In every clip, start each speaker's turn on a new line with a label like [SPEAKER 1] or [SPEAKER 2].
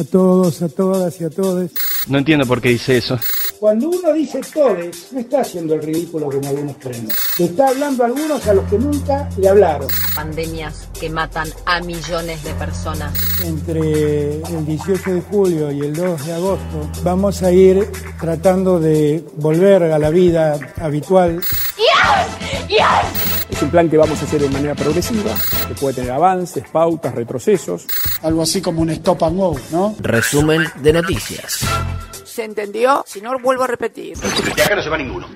[SPEAKER 1] a todos, a todas y a todos.
[SPEAKER 2] No entiendo por qué dice eso.
[SPEAKER 3] Cuando uno dice todes, no está haciendo el ridículo como algunos creen. Le está hablando a algunos a los que nunca le hablaron.
[SPEAKER 4] Pandemias que matan a millones de personas.
[SPEAKER 1] Entre el 18 de julio y el 2 de agosto vamos a ir tratando de volver a la vida habitual.
[SPEAKER 5] Es un plan que vamos a hacer de manera progresiva, que puede tener avances, pautas, retrocesos.
[SPEAKER 3] Algo así como un stop and go, ¿no?
[SPEAKER 6] Resumen de noticias.
[SPEAKER 7] ¿Se entendió? Si no, vuelvo a repetir.
[SPEAKER 8] De acá no se va ninguno.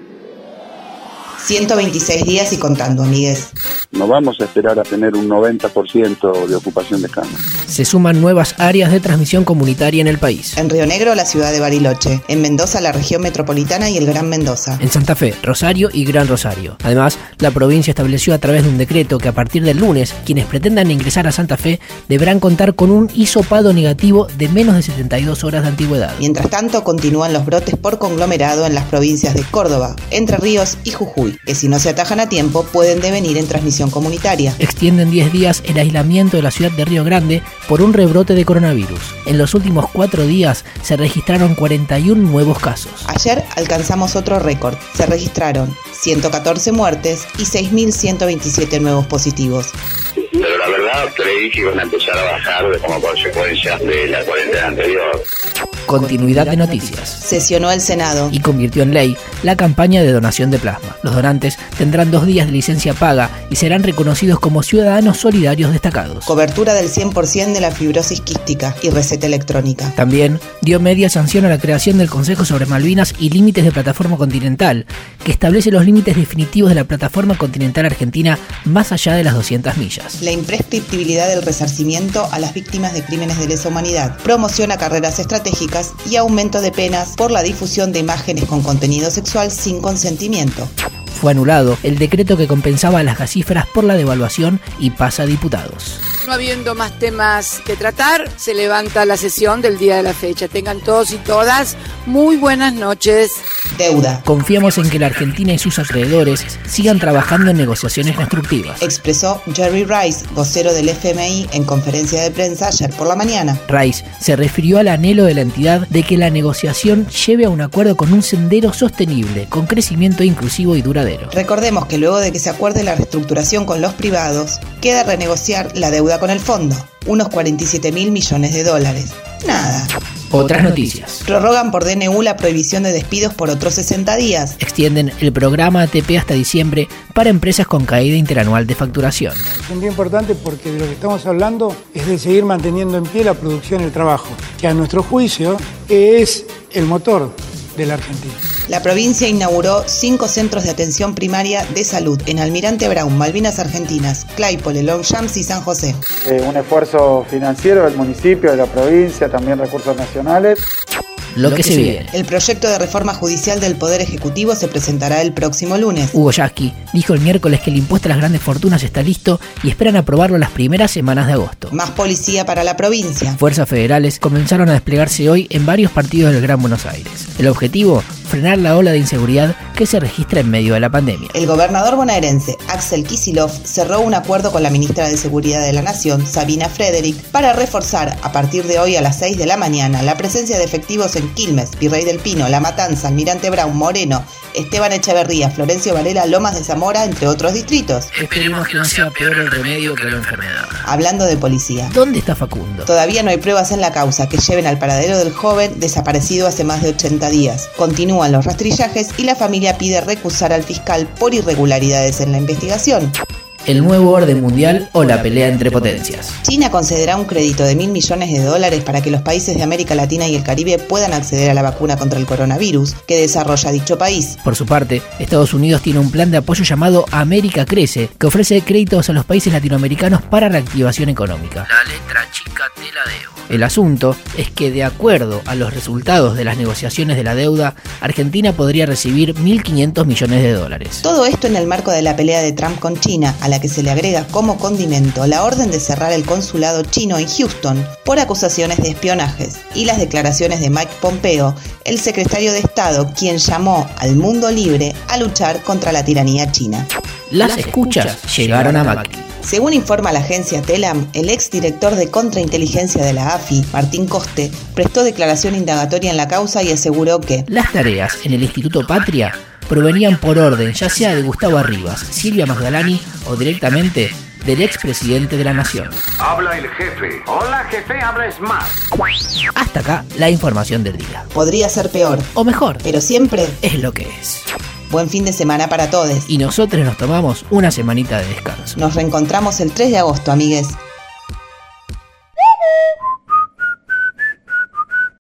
[SPEAKER 9] 126 días y contando, amigues.
[SPEAKER 10] No vamos a esperar a tener un 90% de ocupación de camas.
[SPEAKER 6] Se suman nuevas áreas de transmisión comunitaria en el país.
[SPEAKER 9] En Río Negro, la ciudad de Bariloche. En Mendoza, la región metropolitana y el Gran Mendoza.
[SPEAKER 6] En Santa Fe, Rosario y Gran Rosario. Además, la provincia estableció a través de un decreto que a partir del lunes quienes pretendan ingresar a Santa Fe deberán contar con un hisopado negativo de menos de 72 horas de antigüedad.
[SPEAKER 9] Mientras tanto, continúan los brotes por conglomerado en las provincias de Córdoba, Entre Ríos y Jujuy, que si no se atajan a tiempo pueden devenir en transmisión comunitaria.
[SPEAKER 6] Extienden 10 días el aislamiento de la ciudad de Río Grande por un rebrote de coronavirus. En los últimos cuatro días se registraron 41 nuevos casos.
[SPEAKER 9] Ayer alcanzamos otro récord. Se registraron 114 muertes y 6.127 nuevos positivos.
[SPEAKER 8] Pero la verdad creí que iban a empezar a bajar como consecuencia de la cuarentena anterior.
[SPEAKER 6] Continuidad de noticias.
[SPEAKER 9] Sesionó el Senado.
[SPEAKER 6] y convirtió en ley la campaña de donación de plasma. Los donantes tendrán dos días de licencia paga y serán reconocidos como ciudadanos solidarios destacados.
[SPEAKER 9] Cobertura del 100% de la fibrosis quística y receta electrónica.
[SPEAKER 6] También dio media sanción a la creación del Consejo sobre Malvinas y Límites de Plataforma Continental, que establece los límites definitivos de la Plataforma Continental Argentina más allá de las 200 millas.
[SPEAKER 9] La imprescriptibilidad del resarcimiento a las víctimas de crímenes de lesa humanidad. Promoción a carreras estratégicas y aumento de penas por la difusión de imágenes con contenido sexual sin consentimiento.
[SPEAKER 6] Fue anulado el decreto que compensaba a las gasíferas por la devaluación y pasa a diputados.
[SPEAKER 7] No habiendo más temas que tratar, se levanta la sesión del día de la fecha. Tengan todos y todas muy buenas noches.
[SPEAKER 9] Deuda.
[SPEAKER 6] Confiamos en que la Argentina y sus alrededores sigan trabajando en negociaciones constructivas.
[SPEAKER 9] Expresó Jerry Rice, vocero del FMI, en conferencia de prensa ayer por la mañana.
[SPEAKER 6] Rice se refirió al anhelo de la entidad de que la negociación lleve a un acuerdo con un sendero sostenible, con crecimiento inclusivo y duradero.
[SPEAKER 9] Recordemos que luego de que se acuerde la reestructuración con los privados, queda renegociar la deuda con el fondo, unos 47 mil millones de dólares. Nada.
[SPEAKER 6] Otras noticias.
[SPEAKER 9] Prorrogan por DNU la prohibición de despidos por otros 60 días.
[SPEAKER 6] Extienden el programa ATP hasta diciembre para empresas con caída interanual de facturación.
[SPEAKER 1] Es un día importante porque de lo que estamos hablando es de seguir manteniendo en pie la producción y el trabajo, que a nuestro juicio es el motor de la Argentina.
[SPEAKER 9] La provincia inauguró cinco centros de atención primaria de salud en Almirante Brown, Malvinas Argentinas, Claypole, Longchamps y San José.
[SPEAKER 11] Eh, un esfuerzo financiero del municipio, de la provincia, también recursos nacionales.
[SPEAKER 6] Lo, que, se viene.
[SPEAKER 9] El proyecto de reforma judicial del Poder Ejecutivo se presentará el próximo lunes.
[SPEAKER 6] Hugo Yasky dijo el miércoles que el impuesto a las grandes fortunas está listo y esperan aprobarlo las primeras semanas de agosto.
[SPEAKER 9] Más policía para la provincia.
[SPEAKER 6] Fuerzas federales comenzaron a desplegarse hoy en varios partidos del Gran Buenos Aires. El objetivo, frenar la ola de inseguridad que se registra en medio de la pandemia.
[SPEAKER 9] El gobernador bonaerense Axel Kisilov cerró un acuerdo con la ministra de Seguridad de la Nación, Sabina Frederick, para reforzar a partir de hoy a las 6 de la mañana la presencia de efectivos en Quilmes, Virrey del Pino, La Matanza, Almirante Brown, Moreno, Esteban Echeverría, Florencio Varela, Lomas de Zamora, entre otros distritos.
[SPEAKER 6] Esperemos que no sea peor el remedio que la enfermedad.
[SPEAKER 9] Hablando de policía.
[SPEAKER 6] ¿Dónde está Facundo?
[SPEAKER 9] Todavía no hay pruebas en la causa que lleven al paradero del joven desaparecido hace más de 80 días. Continúan los rastrillajes y la familia pide recusar al fiscal por irregularidades en la investigación.
[SPEAKER 6] ¿El nuevo orden mundial o la pelea entre potencias?
[SPEAKER 9] China concederá un crédito de mil millones de dólares para que los países de América Latina y el Caribe puedan acceder a la vacuna contra el coronavirus que desarrolla dicho país.
[SPEAKER 6] Por su parte, Estados Unidos tiene un plan de apoyo llamado América Crece, que ofrece créditos a los países latinoamericanos para reactivación económica. La letra chica te la debo. El asunto es que, de acuerdo a los resultados de las negociaciones de la deuda, Argentina podría recibir 1.500 millones de dólares.
[SPEAKER 9] Todo esto en el marco de la pelea de Trump con China, a a la que se le agrega como condimento la orden de cerrar el consulado chino en Houston por acusaciones de espionajes y las declaraciones de Mike Pompeo, el secretario de Estado, quien llamó al mundo libre a luchar contra la tiranía china.
[SPEAKER 6] Las escuchas llegaron a Macri.
[SPEAKER 9] Según informa la agencia TELAM, el exdirector de contrainteligencia de la AFI, Martín Coste, prestó declaración indagatoria en la causa y aseguró que
[SPEAKER 6] las tareas en el Instituto Patria provenían por orden ya sea de Gustavo Arribas, Silvia Magdalani o directamente del expresidente de la Nación.
[SPEAKER 12] Habla el jefe. Hola jefe, habla Smart.
[SPEAKER 6] Hasta acá la información del día.
[SPEAKER 9] Podría ser peor.
[SPEAKER 6] O mejor.
[SPEAKER 9] Pero siempre
[SPEAKER 6] es lo que es.
[SPEAKER 9] Buen fin de semana para todos.
[SPEAKER 6] Y nosotros nos tomamos una semanita de descanso.
[SPEAKER 9] Nos reencontramos el 3 de agosto, amigues.